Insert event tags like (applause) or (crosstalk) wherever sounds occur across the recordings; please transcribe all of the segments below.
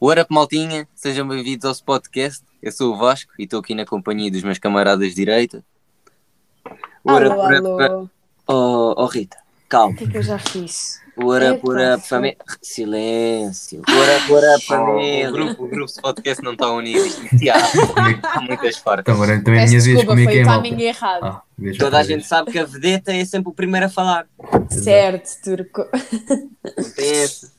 What up, maltinha? Sejam bem-vindos ao podcast. Eu sou o Vasco e estou aqui na companhia dos meus camaradas de direita. What up, Alô, what up, what up? alô. Oh, oh, Rita, calma. O que é que eu já fiz? What up, what Epa, up, família? Silêncio. What up, what up, família? Oh, O grupo, o grupo de podcast não está unido. Isto é teatro. Há muitas Então, fartas. agora também a minha Peço vez desculpa, como é que foi é, o malta? timing errado. Ah, vejo Toda a outra gente sabe que a vedeta é sempre o primeiro a falar. vez. certo, turco.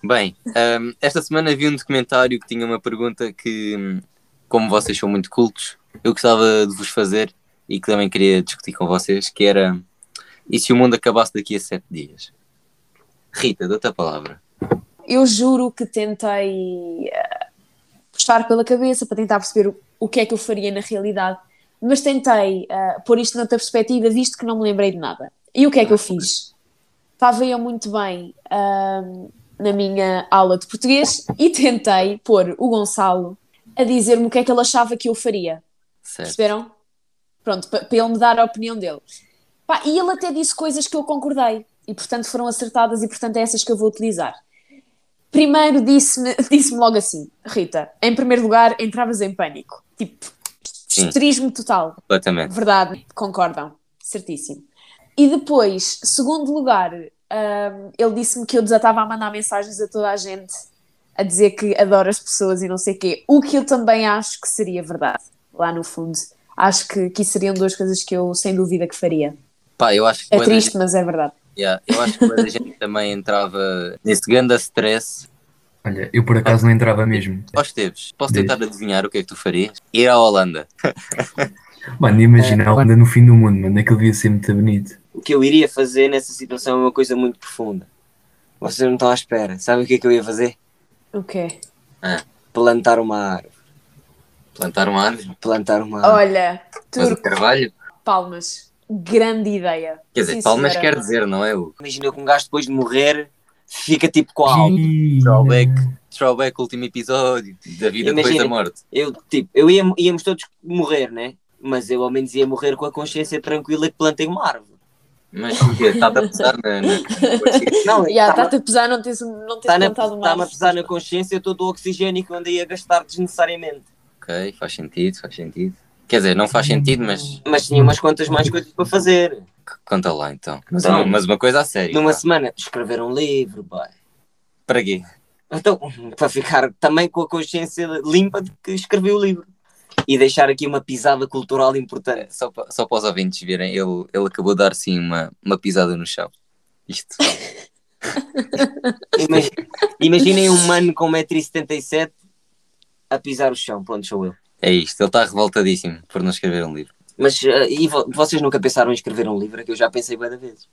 Bem, hum, esta semana vi um documentário que tinha uma pergunta que, hum, como vocês são muito cultos, eu gostava de vos fazer e que também queria discutir com vocês, que era e se o mundo acabasse daqui a sete dias? Rita, dou-te a palavra. Eu juro que tentei eh, puxar pela cabeça para tentar perceber o, o que é que eu faria na realidade, mas tentei eh, pôr isto noutra perspectiva, visto que não me lembrei de nada. E o que é que eu fiz? Estava eu muito bem ahm, na minha aula de português e tentei pôr o Gonçalo a dizer-me o que é que ele achava que eu faria. Certo. Perceberam? Pronto, pa- para ele me dar a opinião dele. Pá, e ele até disse coisas que eu concordei e, portanto, foram acertadas e, portanto, é essas que eu vou utilizar. Primeiro disse-me (laughs) disse logo assim, Rita, em primeiro lugar, entravas em pânico. Tipo, histerismo total. Completamente. Verdade, concordam. Certíssimo. E depois, segundo lugar, hum, ele disse-me que eu desatava a mandar mensagens a toda a gente a dizer que adoro as pessoas e não sei o quê. O que eu também acho que seria verdade, lá no fundo. Acho que, que isso seriam duas coisas que eu, sem dúvida, que faria. Pá, eu acho que É quando a triste, gente- mas é verdade. yeah, eu acho que quando a (laughs) gente também entrava nesse grande stress. Olha, eu por acaso não entrava mesmo. Ó Esteves, posso tentar adivinhar o que é que tu farias? Ir à Holanda. Mano, É, imagina, ainda no fim do mundo, mano, aquilo devia ser muito bonito. o que eu iria fazer nessa situação é uma coisa muito profunda. Vocês não estão à espera. Sabem o que é que eu ia fazer? O quê? Plantar uma árvore. Plantar uma árvore, Plantar uma árvore. Olha, Ah. mas o Turco, trabalho. palmas. Grande ideia. Quer dizer, Sim, palmas senhora. quer dizer, não é? O Imagina que um gajo depois de morrer fica tipo com a alma. Ih, Throwback, throwback último episódio da vida depois Imagina. da morte. Eu, tipo, eu ia, íamos todos morrer, né? Mas eu ao menos ia morrer com a consciência tranquila que plantei uma árvore. (laughs) Mas porque está-te a pesar na. na- na- (laughs) Não, Já, está-me está-te a pesar não teres, não teres tá na- plantado uma tá-me a árvore. pesar na consciência todo o oxigênio que eu andei a gastar desnecessariamente. ok, faz sentido, faz sentido. Quer dizer, não faz sentido, mas c- Mas tinha umas quantas mais coisas para fazer. conta lá então. Mas, Então, uma, mas uma coisa a sério. Numa pá. semana, escrever um livro, pai. Para quê? Então, para ficar também com a consciência limpa de que escrevi o livro. E deixar aqui uma pisada cultural importante. Só, pa- só para os ouvintes verem, ele, ele acabou de dar sim uma, uma pisada no chão. Isto. Ima- Imaginem um mano com 1,77m a pisar o chão. Pronto, sou eu. É isto. Ele está revoltadíssimo por não escrever um livro. Mas eh, e vo- vocês nunca pensaram em escrever um livro? É que eu já pensei várias vezes.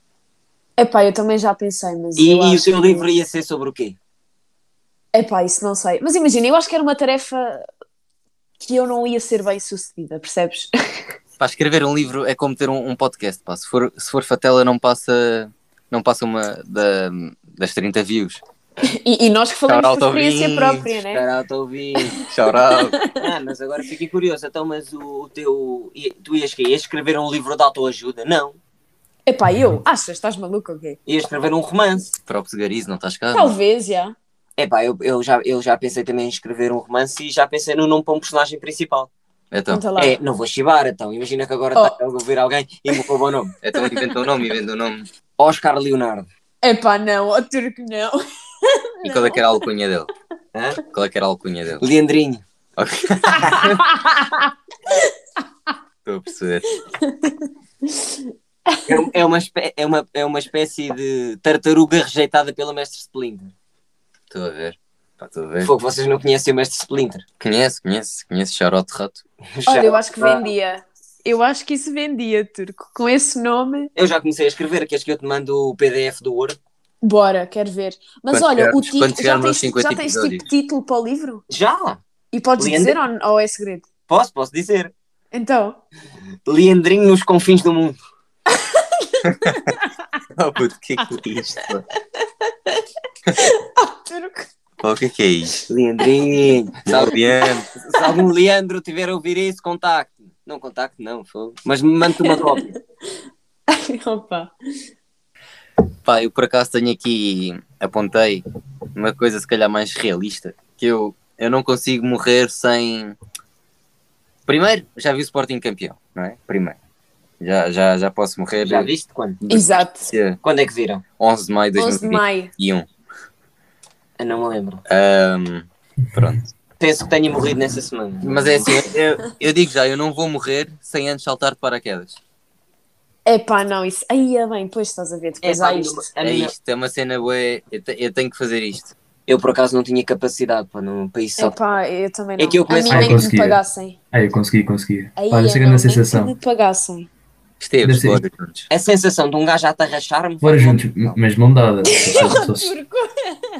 Epá, eu também já pensei, mas E, eu e o acho seu que- livro ia ser sobre o quê? Epá, isso não sei. Mas imagina, eu acho que era uma tarefa que eu não ia ser bem sucedida, percebes? (laughs) Para escrever um livro é como ter um, um podcast. Pá. Se, for, se for fatela, não passa, não passa uma da- das 30 views. E, e nós que falamos Shout out por experiência ouvintes, própria, né? Cara, (laughs) estou ouvindo. Shout out. Ah, mas agora fiquei curioso. Então, mas o, o teu. i- Tu ias, quê? ias escrever um livro de autoajuda? Não. Epá, eu? Achas? Estás maluco ou quê? Ias escrever um romance. próprio Gariz, não estás cá? Talvez, já. Epá, eu, eu, já, eu já pensei também em escrever um romance e já pensei no nome para um personagem principal. Então, Conta lá. É, não vou chibar, então. Imagina que agora Oh. está a ouvir alguém e me roubou o nome. então inventa o nome, inventa o nome. Oscar Leonardo. Epá, não, ó turco, não. E qual é que era a alcunha dele? Hã? Qual é que era a alcunha dele? Leandrinho. Ok. Estou a perceber. É, um- é uma, espé- é, uma, é uma espécie de tartaruga rejeitada pelo mestre Splinter. Estou a ver. Pá, Estou a ver. Fogo, vocês não conhecem o mestre Splinter. Conhece, conhece, conhece Charote Rato. Olha, Já- eu acho que vendia. Eu acho que isso vendia, turco. Com esse nome, Eu já comecei a escrever, queres que eu te mando o PDF do Word? bora, quero ver. Mas Quando olha, o chegarmos- quando título. Já chegarmos aos tens, 50 já tens tipo episódios. título para o livro? Já! E podes Leandro? dizer ou, ou é segredo? Posso, posso dizer. Então, Leandrinho nos confins do mundo. Oh puto, o que é que é isto? pá? ó turco. (laughs) Pá, O que é que é isto? Leandrinho. Sabe- Salviano. se algum Leandro tiver a ouvir isso, contacte-me. Não contacte, não, fogo. Mas me mande uma cópia. Opa. Pá, eu por acaso tenho aqui, apontei uma coisa se calhar mais realista, que eu eu não consigo morrer sem. Primeiro, já vi o Sporting campeão, não é? Primeiro. Já, já, já posso morrer. (laughs) Já viste quando? Exato. eh, Quando é que viram? 11 de maio de 11 de maio. 2021. Eu não me lembro. Ahm, pronto. Penso que tenha morrido nessa semana. Mas é assim, eu, eu digo já, eu não vou morrer sem antes saltar de paraquedas. Epá, não, isso. Aí é bem, pois estás a ver, É, depois pá, há isto. a é minha- isto, é uma cena boa, eu, te- eu tenho que fazer isto. Eu por acaso não tinha capacidade para, não, para isso. só. Epá, eu também não. É que eu a começo- mim Ai, nem que me conseguia. pagassem. Ah, eu consegui, consegui. Aí Pá, essa eu grande não, sensação. nem que me pagassem. (laughs) Esteves, Deve ser bora juntos. A sensação de um gajo a atarrachar-me. Bora juntos, mas de mão (laughs) dada.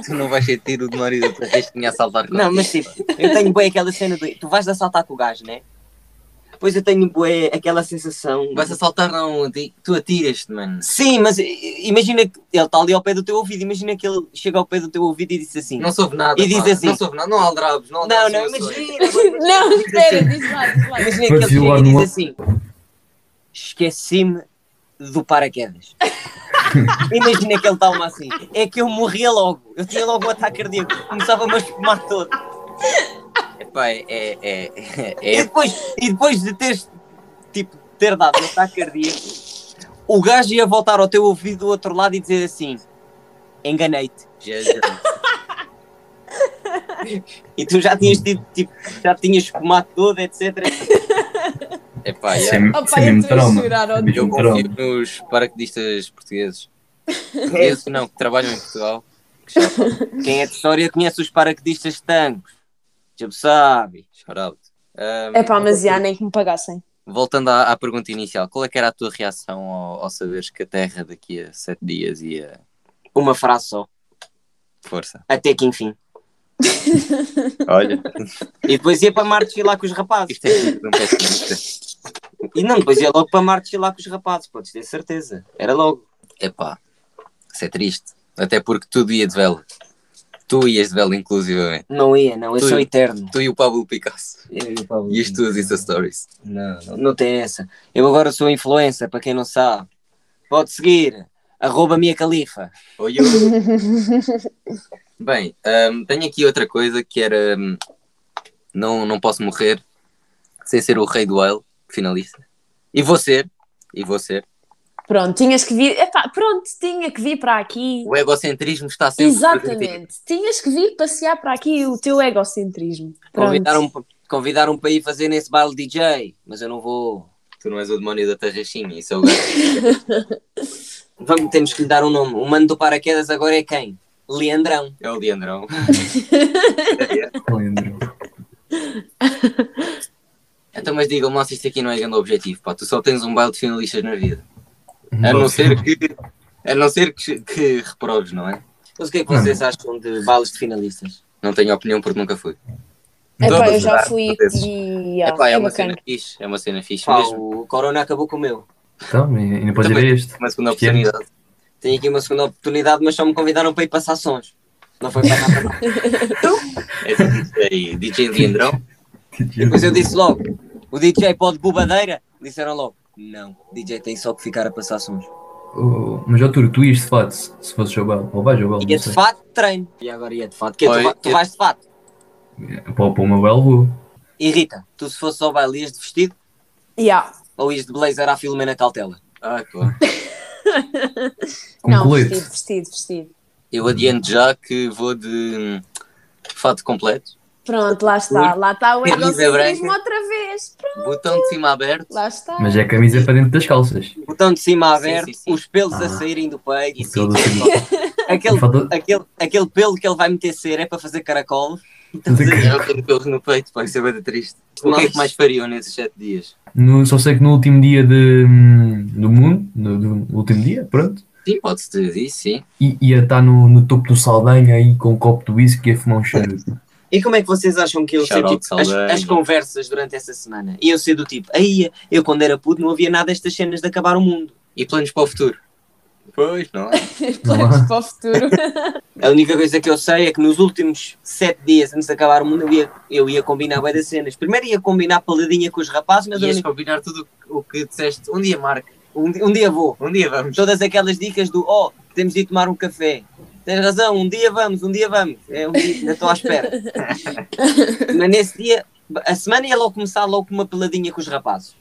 Tu não vais sentir o demório da outra vez que tinha a saltar com Não, mas tipo, eu tenho bem aquela cena de. Tu vais assaltar com o gajo, né? Pois eu tenho bem aquela sensação. Vais a saltar não, ti- tu atiras-te, mano. Sim, mas i- imagina que ele está ali ao pé do teu ouvido. Imagina que ele chega ao pé do teu ouvido e diz assim: Não soube nada. E diz pá. assim- Não soube nada, não aldrabes, não não, aldrabes, não, eu sou. imagina. Não, espera, diz lá, diz lá. Imagina que Mas ele viu lá chega e diz no- assim: Esqueci-me do paraquedas. Imagina que ele está-me assim. É que eu morria logo. Eu tinha logo um ataque cardíaco. Começava-me a espumar todo. Epá, é, é, é, é- E é- depois, e depois de teres, tipo, ter dado um ataque cardíaco, o gajo ia voltar ao teu ouvido do outro lado e dizer assim: Enganei-te. já- já- E tu já tinhas tido, tipo, já tinhas espumado todo, etc. epá, Isso já. é mesmo- Opa, isso é eu mesmo estou a trauma. chorar, ó É Eu mesmo confio trauma. nos paraquedistas (laughs) portugueses. Portugueses não, que trabalham em Portugal. Quem é de história conhece os paraquedistas de tangos. Já sabe. Shout out. Um, Ahm, Epá, mas já, nem que me pagassem. Voltando à, à pergunta inicial, qual é que era a tua reação ao, ao saberes que a Terra daqui a sete dias ia Uma frase só. força? Até que enfim. Olha, (laughs) E depois ia para Marte chilar com os rapazes. isto é tudo de um pessimista. E não, depois ia logo para Marte chilar com os rapazes, podes ter certeza. Era logo. Epá, isso é triste. Até porque tudo ia de vela. Tu ias de vela, inclusivamente. Não ia, não, eu Tu- sou eterno. Tu e o Pablo Picasso. Eu e o Pablo. E as tuas Insta Stories. Não, não, não tem essa. Eu agora sou influencer, para quem não sabe. Pode seguir. Arroba Mia Califa. Oi, eu... (laughs) Bem, hum, tenho aqui outra coisa que era hum, não, não posso morrer sem ser o rei do Wild, finalista. E vou ser, e vou ser. Pronto, tinhas que vir. Epá, pronto, tinha que vir para aqui. O egocentrismo está sempre presente. Exatamente. Tinhas que vir passear para aqui o teu egocentrismo. Pronto. um Convidaram-me convidaram para ir fazer nesse baile DJ, mas eu não vou. Tu não és o demónio da Terrachinha, isso é o gajo. Vamos, temos que lhe dar um nome. O mano do paraquedas agora é quem? Leandrão. É o Leandrão. Lembro. (laughs) Então, mas digam-me lá se isto aqui não é grande objetivo, pá. Tu só tens um baile de finalistas na vida. (laughs) A não ser que. A não ser que, que reproves, não é? Mas o que é (laughs) que vocês acham de bailes de finalistas? Não tenho opinião porque nunca fui. Epá, eu Todas já as fui vezes. e. É, pá, é, É uma bacana. cena fixe, é uma cena fixe Pá, mesmo. o Corona acabou com o meu. Então, e- ainda pode ir a Também. este. Uma segunda Este ano. oportunidade. Tenho aqui uma segunda oportunidade, mas só me convidaram para ir passar sons. Não foi para nada. mais. É DJ, (laughs) DJ Leandrão. Depois eu disse logo: o DJ pode bobadeira? Disseram logo: não, DJ tem só que ficar a passar sons. Oh, mas, Arturo, tu ias de fato, se se fosses ao baile. Ou vais ao baile, Ia não é de sei. fato, treino. E agora ia de fato. Que é, Oi, tu, va- tu eu- vais de fato. Para para uma baile vou. E Rita, tu se fosse ao baile ias de vestido Yeah. ou ias de blazer à Filomena Cautela? Ah, claro. Com não, colete. vestido, vestido, vestido. Eu adianto já que vou de hum, fato completo, Pronto, lá está. Lá está o Camisa egocentrismo branca. outra vez. Pronto, botão de cima aberto lá está. Mas é a camisa para dentro das calças. Botão de cima Sim, aberto, sim, sim. os pelos a Ah. saírem do peito. O pelo Sim. (laughs) aquele, Falta- aquele, aquele pelo que ele vai meter cera é para fazer caracol. Então, Eu tenho pelos no peito, pá, isso é bem triste. O que é que mais fariam nesses sete dias? No- só sei que no último dia de, do mundo, no, do último dia, pronto, Sim, pode-se dizer isso, sim. i- ia estar tá no, no topo do saldanha aí com um copo de whisky e a fumar um (laughs) charuto. E como é que vocês acham que iam ser Shout out, tipo, as, Saldanha. as conversas durante essa semana? Iam ser do tipo, aí eu quando era puto não havia nada destas cenas de acabar o mundo. E planos para o futuro? Pois, não é? Planos para o futuro. (laughs) A única coisa que eu sei é que nos últimos sete dias antes de acabar o mundo eu ia, eu ia combinar bué das cenas. Primeiro ia combinar paladinha com os rapazes, mas eu Ias nem- combinar tudo o que disseste. Um dia marca, um, di- um dia vou. um dia vamos. Todas aquelas dicas do, oh, temos de ir tomar um café. Tens razão, um dia vamos, um dia vamos. É um dia, ainda estou à espera. Mas nesse dia, a semana ia logo começar logo com uma peladinha com os rapazes.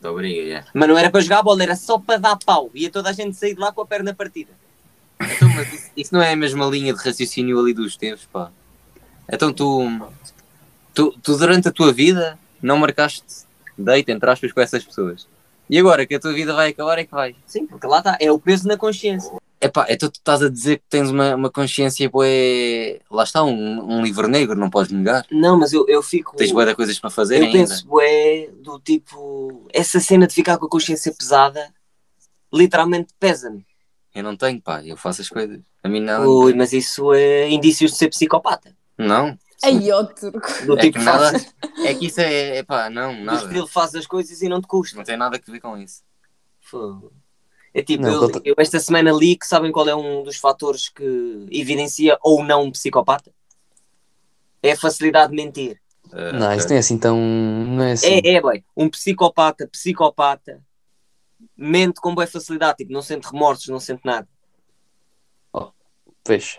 Da briga, yeah. Mas não era para jogar a bola, era só para dar pau. Ia toda a gente sair de lá com a perna partida. Então, mas isso, isso não é a mesma linha de raciocínio ali dos teus, pá. Então tu, tu, tu durante a tua vida não marcaste date, entre aspas, com essas pessoas. E agora que a tua vida vai acabar é que vai. Sim, porque lá está, é o peso na consciência. Epá, então tu estás a dizer que tens uma, uma consciência, bué... Lá está, um, um livro negro, não podes negar. Não, mas eu, eu fico. Tens bué de coisas para fazer eu ainda. penso, é do tipo. Essa cena de ficar com a consciência pesada literalmente pesa-me. Eu não tenho, pá, eu faço as coisas. A mim nada. Ui, mas isso é indícios de ser psicopata. Não. Aí, ó, Turco. Do é, tipo, que nada, faz, é que isso é, é pá, não, do nada. estilo, faz as coisas e não te custa. Não tem nada a ver com isso. Fogo. É tipo, Não, eu, conta- eu esta semana li que sabem qual é um dos fatores que evidencia ou não um psicopata? É a facilidade de mentir. Ah, Não, isso não é assim tão. Não é assim. É, é, bem. Um psicopata, psicopata, mente com boa facilidade, tipo, não sente remorsos, não sente nada. Pois.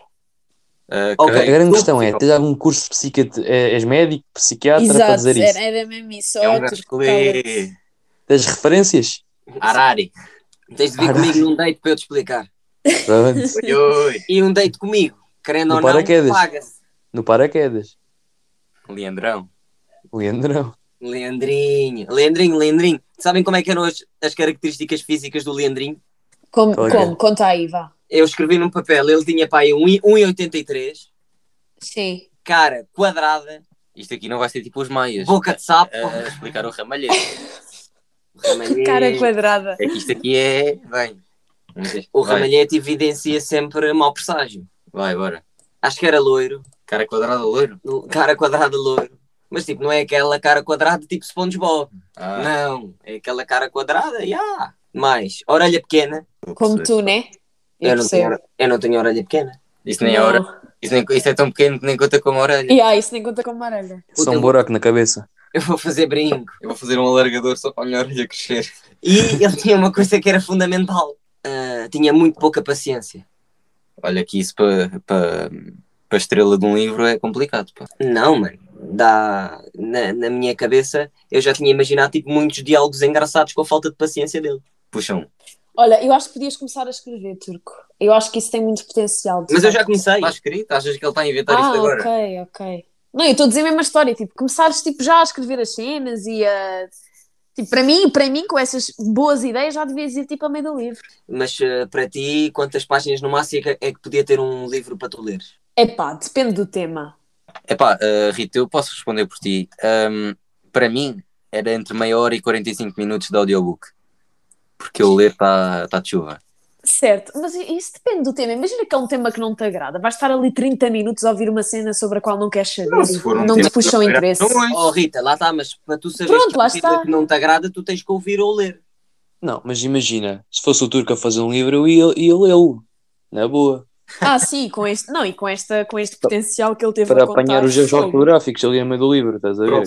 ah, Ok. A caralho. grande tudo questão é: psicopata. tens algum curso de psiquiatra? És médico, psiquiatra para Exato, dizer isso? era, era mesmo isso. É ó, um gajo que Turco, lê cala-te. Tens referências? Arari. Tens de vir Ah, comigo num date para eu te explicar. (laughs) Pronto. Ui, ui. E um date comigo, querendo No ou não, paraquedas. paga-se. No paraquedas. Leandrão. Leandrão. Leandrinho, Leandrinho, Leandrinho. Sabem como é que eram as, as características físicas do Leandrinho? Como, Qual é que é? como? Conta aí, vá. Eu escrevi num papel, ele tinha um pai 1,83, Sim. cara quadrada, Isto aqui não vai ser tipo os maias. boca de sapo. É. Ah, explicar o ramalheiro. Ramalhete. Cara quadrada. É que isto aqui é. Bem. O vai, ramalhete evidencia sempre mau presságio. vai, bora. Acho que era loiro. Cara quadrada loiro. No- cara quadrada loiro. Mas tipo, não é aquela cara quadrada tipo SpongeBob. Ah, Não, é aquela cara quadrada, já. Mais, orelha pequena. Como tu, né? Eu, Eu não tenho, percebo. ore- eu não tenho orelha pequena. Isso nem é hora. Não. Isso, nem- isso é tão pequeno que nem conta com a orelha. E, ah, isso nem conta como maralha. Só Puta, um buraco na cabeça. Eu vou fazer brinco. Eu vou fazer um alargador só para a minha orelha crescer. E ele tinha uma coisa que era fundamental. Ah, tinha muito pouca paciência. Olha, que isso para para para estrela de um livro é complicado. Pá. Não, mano. Dá, na, na minha cabeça, eu já tinha imaginado tipo, muitos diálogos engraçados com a falta de paciência dele. Puxam. Olha, eu acho que podias começar a escrever, Turco. Eu acho que isso tem muito potencial. de Mas eu já facto. comecei. Está Tá escrito? Achas que ele está a inventar Ah, isto agora? ok, ok. Não, eu estou a dizer a mesma história, tipo, começares tipo, já a escrever as cenas e a. Tipo, para mim, para mim, com essas boas ideias, já devias ir tipo a meio do livro. Mas ah, para ti, quantas páginas no máximo é que- é que podia ter um livro para tu leres? Epá, depende do tema. Epá, eh, Rita, eu posso responder por ti. Ahm, para mim, era entre meia hora e 45 minutos de audiobook. Porque eu ler está tá de chuva. Certo, mas i- isso depende do tema. Imagina que é um tema que não te agrada. Vais estar ali 30 minutos a ouvir uma cena sobre a qual não queres saber. e um não te puxa o interesse. Oh Rita, lá está, mas para tu saberes Pronto, que, lá um título está. que não te agrada, tu tens que ouvir ou ler. Não, mas imagina, se fosse o Turco a fazer um livro, eu ia, ia lê-lo. Na boa. Ah, sim, com este, não, e com, esta, com este potencial que ele teve Para a contar. apanhar os erros Fogo. ortográficos ali a meio do livro, estás a ver?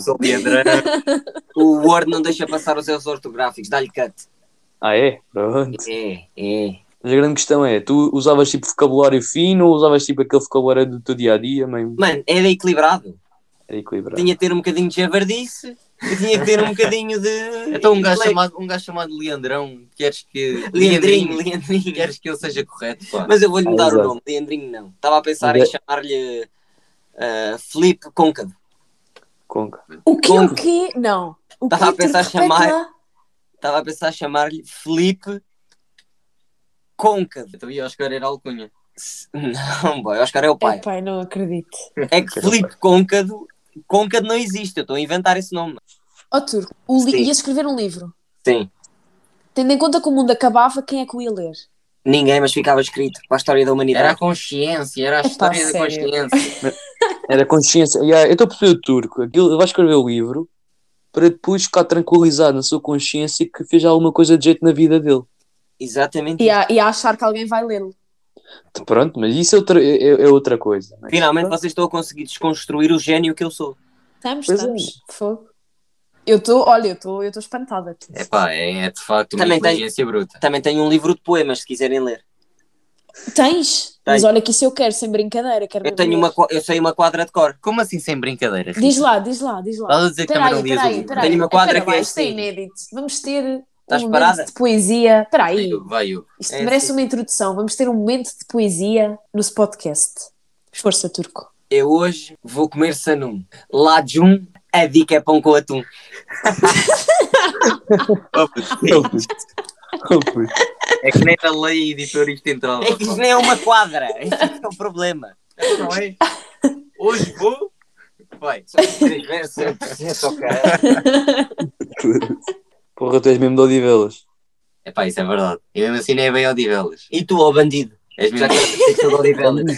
O Word não deixa passar os erros ortográficos, dá-lhe cut. Ah, é? Pronto. É, é. Mas a grande questão é: tu usavas tipo vocabulário fino ou usavas tipo aquele vocabulário do teu dia a dia mesmo? Mano, era equilibrado. Era equilibrado. Tinha que ter um bocadinho de javardice e tinha que ter um bocadinho de. Então, um gajo, Leandrinho, chamado, um gajo chamado Leandrão, queres que. Leandrinho, Leandrinho. Queres que eu seja correto, pá. Mas eu vou-lhe Ah, mudar o exato. nome, Leandrinho não. Estava a pensar em Mas chamar-lhe ah, Felipe Côncavo. Conca. O que, Como? o que? Não. O Estava quê? a pensar Repete chamar- lá. Estava a pensar em chamar-lhe Felipe Côncavo. Então, e Oscar era alcunha. (laughs) Não, boy, Oscar é o pai. Epá, eu não acredito. É que Felipe Côncado, Côncado não existe, eu estou a inventar esse nome. Ó Turco, o li... Sim. ia escrever um livro. Sim. Tendo em conta que o mundo acabava, quem é que o ia ler? Ninguém, mas ficava escrito para a história da Era a humanidade. consciência, era a Epá, história da sério. consciência. Era consciência. Yeah, eu estou a perceber o turco. Aquilo, vai escrever o livro para depois ficar tranquilizado na sua consciência que fez alguma coisa de jeito na vida dele. Exatamente. E a, e a achar que alguém vai lê-lo. Então, Pronto, mas isso é outra, é, é outra coisa. (laughs) né? Finalmente vocês estão a conseguir desconstruir o gênio que eu sou. Estamos, Pois é. estamos. Fogo. Eu estou, olha, eu estou eu estou espantada. Epá, é, é de facto uma Também tem- inteligência bruta. Também tenho um livro de poemas, se quiserem ler. Tens? Mas olha que isso eu quero, sem brincadeira. Quero Eu mesmo tenho ver. uma, co- eu sei uma quadra de cor. Como assim sem brincadeira? Diz lá, diz lá, diz lá. Estás a dizer que Espera Camarão aí, Dias espera aí, ouviu? espera aí. um Tenho uma quadra Espera que lá, é Isto é assim. inédito. Vamos ter um Estás momento parada? de poesia. Espera aí. Vai, eu, Vai, eu. Isto É merece assim. uma introdução. Vamos ter um momento de poesia no podcast. Força, Turco. Eu hoje vou comer sanum. Lajum, a dica é pão com atum. Oh, puto. Oh, puto. É que nem a lei editora isto entrava. É que isto nem é uma quadra. (laughs) Isto é que é um problema. Não é? Hoje vou. Vai. Só três versos, eu preciso, ok. (laughs) Porra, tu és mesmo de Odivelas. Epá, isso é verdade. Eu mesmo assim nem é bem audivelas. E tu, ó bandido? És Já mesmo. que eu (laughs) sou de Odivelas.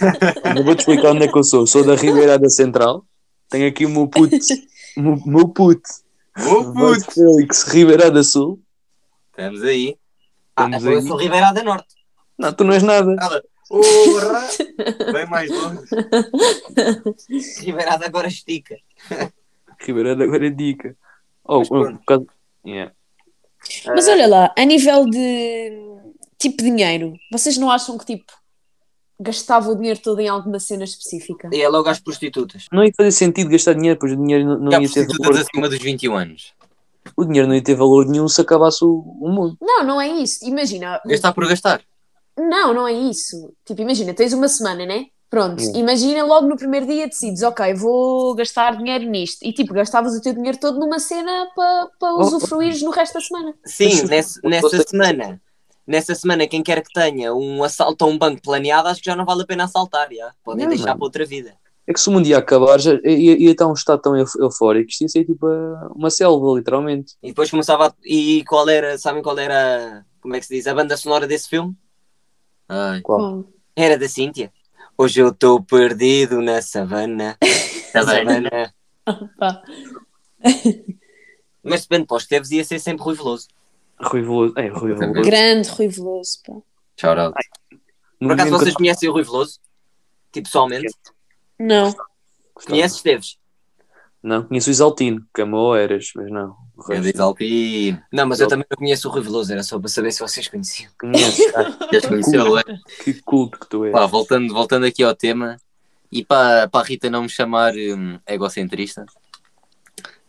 Eu vou-te explicar onde é que eu sou. Sou da Ribeira da Central. Tenho aqui o meu puto. o Meu meu puto. Oh, puto. Vasco Félix, Ribeira da Sul. Estamos aí. Ah, Estamos eu aí. sou Ribeirá da Norte. Não, tu não és nada. Porra! Bem mais longe. Ribeirá da agora estica. Ribeira da Guaradica. Oh, Mas pronto. por causa- Yeah. Ah. Mas olha lá, a nível de tipo dinheiro, vocês não acham que tipo gastava o dinheiro todo em alguma cena específica? E é logo às prostitutas. Não ia fazer sentido gastar dinheiro, pois o dinheiro não, não Já ia ter prostitutas valor. acima dos 21 anos. O dinheiro não ia ter valor nenhum se acabasse o, o mundo. Não, não é isso. Imagina, Gastar por gastar. Não, não é isso. Tipo, imagina, tens uma semana, né? Pronto, Hum. imagina logo no primeiro dia decides, ok, vou gastar dinheiro nisto. E tipo, gastavas o teu dinheiro todo numa cena para Oh, pa usufruires no resto da semana. Sim, nesse- nessa semana. Nessa semana, quem quer que tenha um assalto a um banco planeado, acho que já não vale a pena assaltar. Já. Podem Não, deixar mano. para outra vida. É que se o mundo ia acabar, já, ia, ia estar um estado tão euf- eufórico. Isto ia ser tipo a- uma selva, literalmente. E depois começava. A... E qual era. Sabem qual era. Como é que se diz? A banda sonora desse filme? Ai, Qual? Era da Cíntia. Hoje eu estou perdido na savana. Tá bem. savana. Pá. Mas depende, para os teves ia ser sempre Rui Veloso. Rui Veloso. É, Rui Veloso. Grande Rui Veloso, pá. shout out. No Por acaso momento vocês conhecem o Rui Veloso? Tipo, pessoalmente? Não. que- Conheces, Teves? Não, conheço o Isaltino, que amou Eras, mas não. O Eu resto disse Alpino. Não, mas eu também não conheço o Rui Veloso, era só para saber se vocês conheciam. Conheço. (laughs) Ah, Queres conhecê-lo? é? que culto que tu és. Pá, voltando, voltando aqui ao tema, e para, para a Rita não me chamar hum, egocentrista,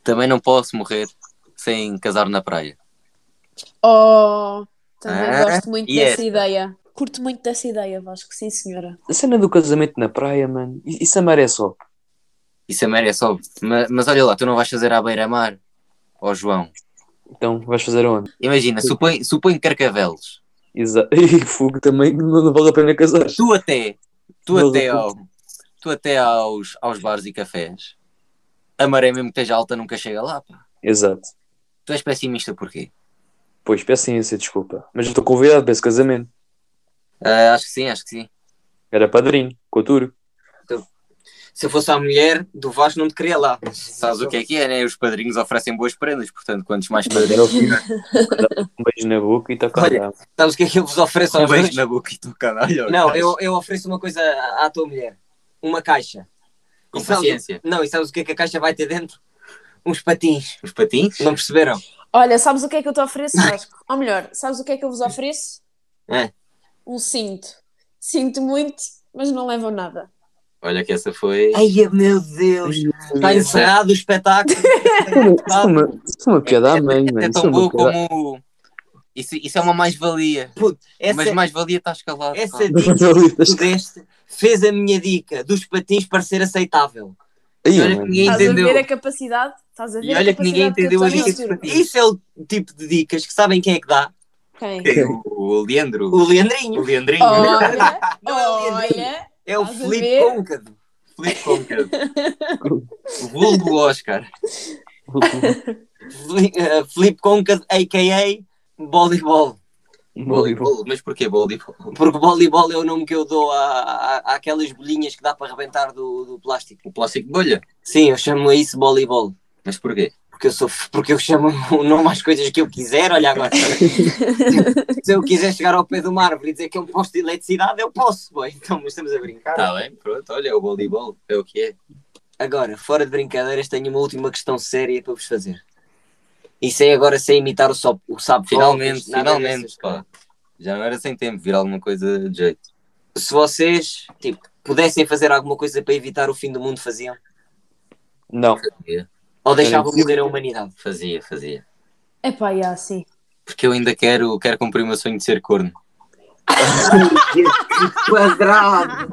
também não posso morrer sem casar na praia. Oh, também Ah, gosto muito e dessa esta? ideia. Curto muito dessa ideia, Vasco, sim senhora. A cena do casamento na praia, mano. i- Isso a maré só. Isso é merda, é só. Mas, mas olha lá, tu não vais fazer à beira-mar, ó João. Então, vais fazer onde? Imagina, supõe, supõe Carcavelos. Exa (laughs) e fogo também (laughs) não, não vale a pena casar. Tu até, tu Meu até, Deus. ao, tu até aos, aos bares e cafés, a maré mesmo que esteja alta nunca chega lá. Pá. Exato. Tu és pessimista porquê? Pois, peço imensa desculpa. Mas eu estou convidado para esse casamento. Ah, acho que sim, acho que sim. Era padrinho, com o Turco. Se eu fosse a mulher do Vasco, não te queria lá. Sabes o que é que é, né? Os padrinhos oferecem boas prendas, portanto, quantos mais Mas padrinhos. era o filho. Dava Um beijo na boca e está Olha, Sabes o que é que eu vos ofereço Um aos dois? beijo na boca e tu caralho. Não, eu, eu ofereço uma coisa à, à tua mulher. Uma caixa. Com E sabes- paciência. Não, e sabes o que é que a caixa vai ter dentro? Uns patins. Os patins? Não perceberam? Olha, sabes o que é que eu te ofereço, Vasco? Ou melhor, sabes o que é que eu vos ofereço? É. Um cinto. Sinto muito, mas não levam nada. Olha que essa foi. Ai, meu Deus. Está encerrado o (laughs) espetáculo. Isso é uma piada à mãe, É mano. Isso é tão boa uma piada. como. Isso, isso é uma mais-valia. Puto, essa, Mas mais-valia está escalado. essa pá. dica que tu deste fez a minha dica dos patins parecer aceitável. Aí, E olha que mano. (laughs) ninguém Estás entendeu. a ver a capacidade? Estás a ver E olha a que ninguém capacidade entendeu a eu dica estou de a dizer. Isso é o tipo de dicas que sabem quem é que dá. Quem? Tem o, É o Leandro. é O Leandrinho. O Leandrinho. Olha, Não é o (laughs) Leandrinho. olha. É o Estás a Felipe ver? Côncado. Felipe Conca. O vulgo Oscar. Fli- eh, Felipe Côncado, a.k.a. Voleibol. Voleibol. Mas porquê voleibol? Porque voleibol é o nome que eu dou à- à- àquelas bolinhas que dá para arrebentar do, do plástico. O plástico de bolha. Sim, eu chamo a isso voleibol. Mas porquê? Porque eu, sou, f- porque eu chamo o nome às coisas que eu quiser, (laughs) olha agora. Se eu quiser chegar ao pé de uma árvore e dizer que é um posto de eletricidade, eu posso, boy. Então, mas estamos a brincar. Está bem, pronto. Olha, é o voleibol. É o que é. Agora, fora de brincadeiras, tenho uma última questão séria para vos fazer. E sem agora, sem imitar o, sop, o sabe Finalmente, finalmente, pá. Já não era sem tempo vir alguma coisa de jeito. se vocês tipo, pudessem fazer alguma coisa para evitar o fim do mundo, faziam? Não. (laughs) Ou deixavam impossível. morrer a (laughs) humanidade? Fazia, fazia. É pá, yeah, (laughs) sim. Porque eu ainda quero, quero cumprir o meu sonho de ser corno. Quadrado!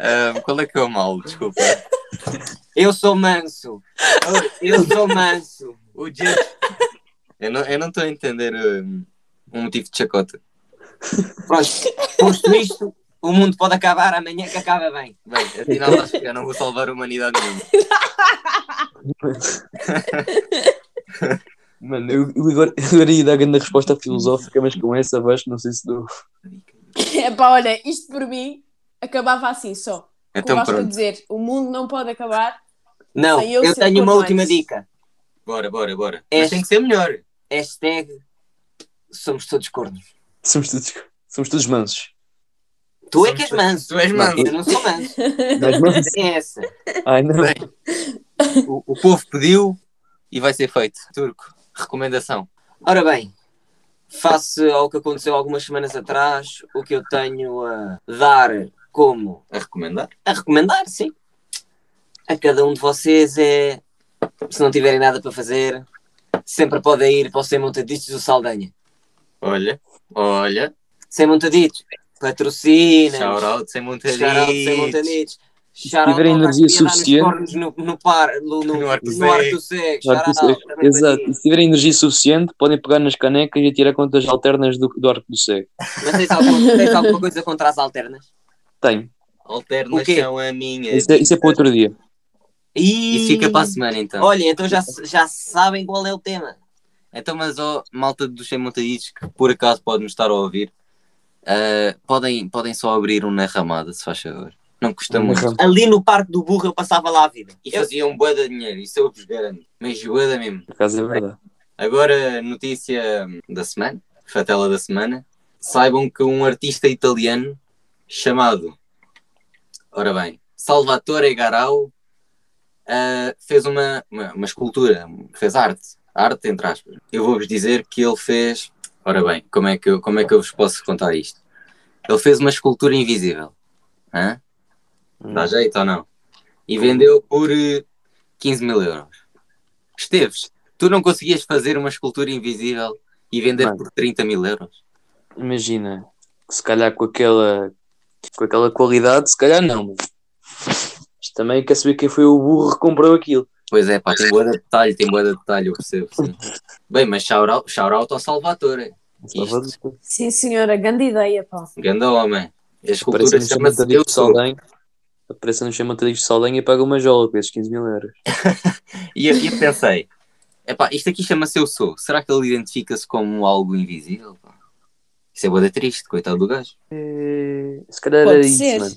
Ahm, qual é que é o mal? Desculpa. Eu sou manso! Eu sou manso! O Jeff. Eu não eu não estou a entender um, um motivo de chacota. Pronto, posto isto, o mundo pode acabar amanhã que acaba bem. Bem, afinal acho que eu não vou salvar a humanidade nenhuma. Mano, eu, eu agora, (laughs) agora ia dar grande resposta filosófica, mas com essa abaixo não sei se dou. É pá, olha, isto por mim acabava assim só. Como Então gosto de pronto, dizer, o mundo não pode acabar. Não, Sem eu eu ser tenho uma por última nós. dica. bora, bora, bora. É. Mas tem que ser melhor. Hashtag somos todos cornos. Somos todos, somos todos mansos. Tu é que és manso. Tu és manso. Eu não (laughs) sou manso. Mas (laughs) mansos? É essa. Ai, não. O, o povo pediu e vai ser feito. Turco, recomendação. Ora bem, face ao que aconteceu algumas semanas atrás, o que eu tenho a dar como A recomendar? a recomendar, sim, a cada um de vocês é, se não tiverem nada para fazer, sempre podem ir para o Sem Montaditos do Saldanha. Olha, olha. Sem Montaditos, patrocina, Shout out sem Montaditos. Sem Montaditos. Shout tiverem out ao energia Vasco que ia dar nos suficiente. cornos No, no, par, no, no, No no Arco Seco. Arco Seco. Já Shout disse- out, também Exato, para e ti. se tiverem energia suficiente, podem pegar nas canecas e tirar contas alternas do, do arco do cego. Mas tens alguma, tens alguma coisa contra as alternas? Tenho. O quê? Alternação a minha. Isso é, isso é para outro dia. Isso é fica para a semana então. Olha, então já, já sabem qual é o tema. Então, mas ó, malta dos sem montaditos que por acaso podem estar a ouvir, ah, podem, podem só abrir um na ramada, se faz favor. Não custa Tá muito. Ali no Parque do Burro eu passava lá a vida. E Eu- faziam um boa de dinheiro, isso eu vos garanto. Mas boa da mesmo. Por acaso é verdade. Agora, notícia hum, da semana, fatela da semana. Saibam que um artista italiano chamado, ora bem, Salvatore Garau, ah, fez uma, uma, uma escultura, fez arte, arte entre aspas. Eu vou-vos dizer que ele fez, ora bem, como é que eu, como é que eu vos posso contar isto? Ele fez uma escultura invisível. Hã? Dá jeito ou não? E vendeu por eh, 15 mil euros. Esteves, tu não conseguias fazer uma escultura invisível e vender Mano. por 30 mil euros? Imagina, que se calhar com aquela, com aquela qualidade, se calhar não. Mas Mas também quer saber quem foi o burro que comprou aquilo. Pois é, pá, tem boa de detalhe, tem boa de detalhe, eu percebo. Sim. Bem, mas shout out, shout out ao Salvatore, Isto. Sim, senhora, grande ideia, pá. grande homem. A Apareça escultura no chama-se chamatadinho Eu de Sou. Saldanha. Apareça no chamatadinho de Saldanha e paga uma jola com esses 15 mil euros. E eu, e eu pensei, epá, isto aqui chama-se Eu Sou. Será que ele identifica-se como um algo invisível? pá? Isso é boa de triste, coitado do gajo. É, Eh, Se calhar Pode era isso, ser. mano.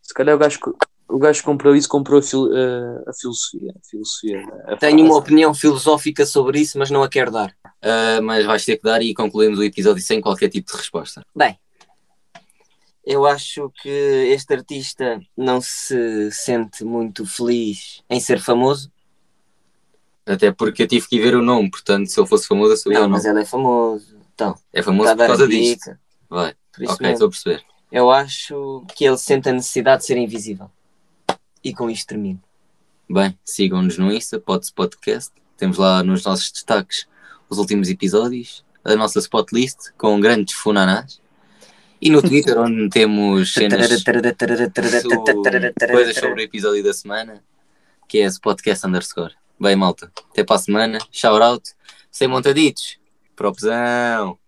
Se calhar o gajo, co- o gajo que comprou isso, comprou a, fil- eh, a filosofia. A filosofia a Tenho uma frase. opinião filosófica sobre isso, mas não a quero dar. Ah, mas vais ter que dar e concluímos o episódio sem qualquer tipo de resposta. Eu acho que este artista não se sente muito feliz em ser famoso. Até porque eu tive que ir ver o nome, portanto, se eu fosse famoso, eu sabia Não, o nome. mas ele é famoso. É famoso Está por a dar causa a dica. disto. Vai, Por isso ok, mesmo. estou a perceber. Eu acho que ele sente a necessidade de ser invisível. E com isto termino. Bem, sigam-nos no Insta, Pods Podcast. Temos lá nos nossos destaques os últimos episódios, a nossa spot list com grandes funanás. E no (laughs) Twitter, onde temos cenas so- coisas sobre o episódio da semana, que é esse podcast underscore. Bem, malta, até para a semana. Shout out. Sem montaditos. Propzão.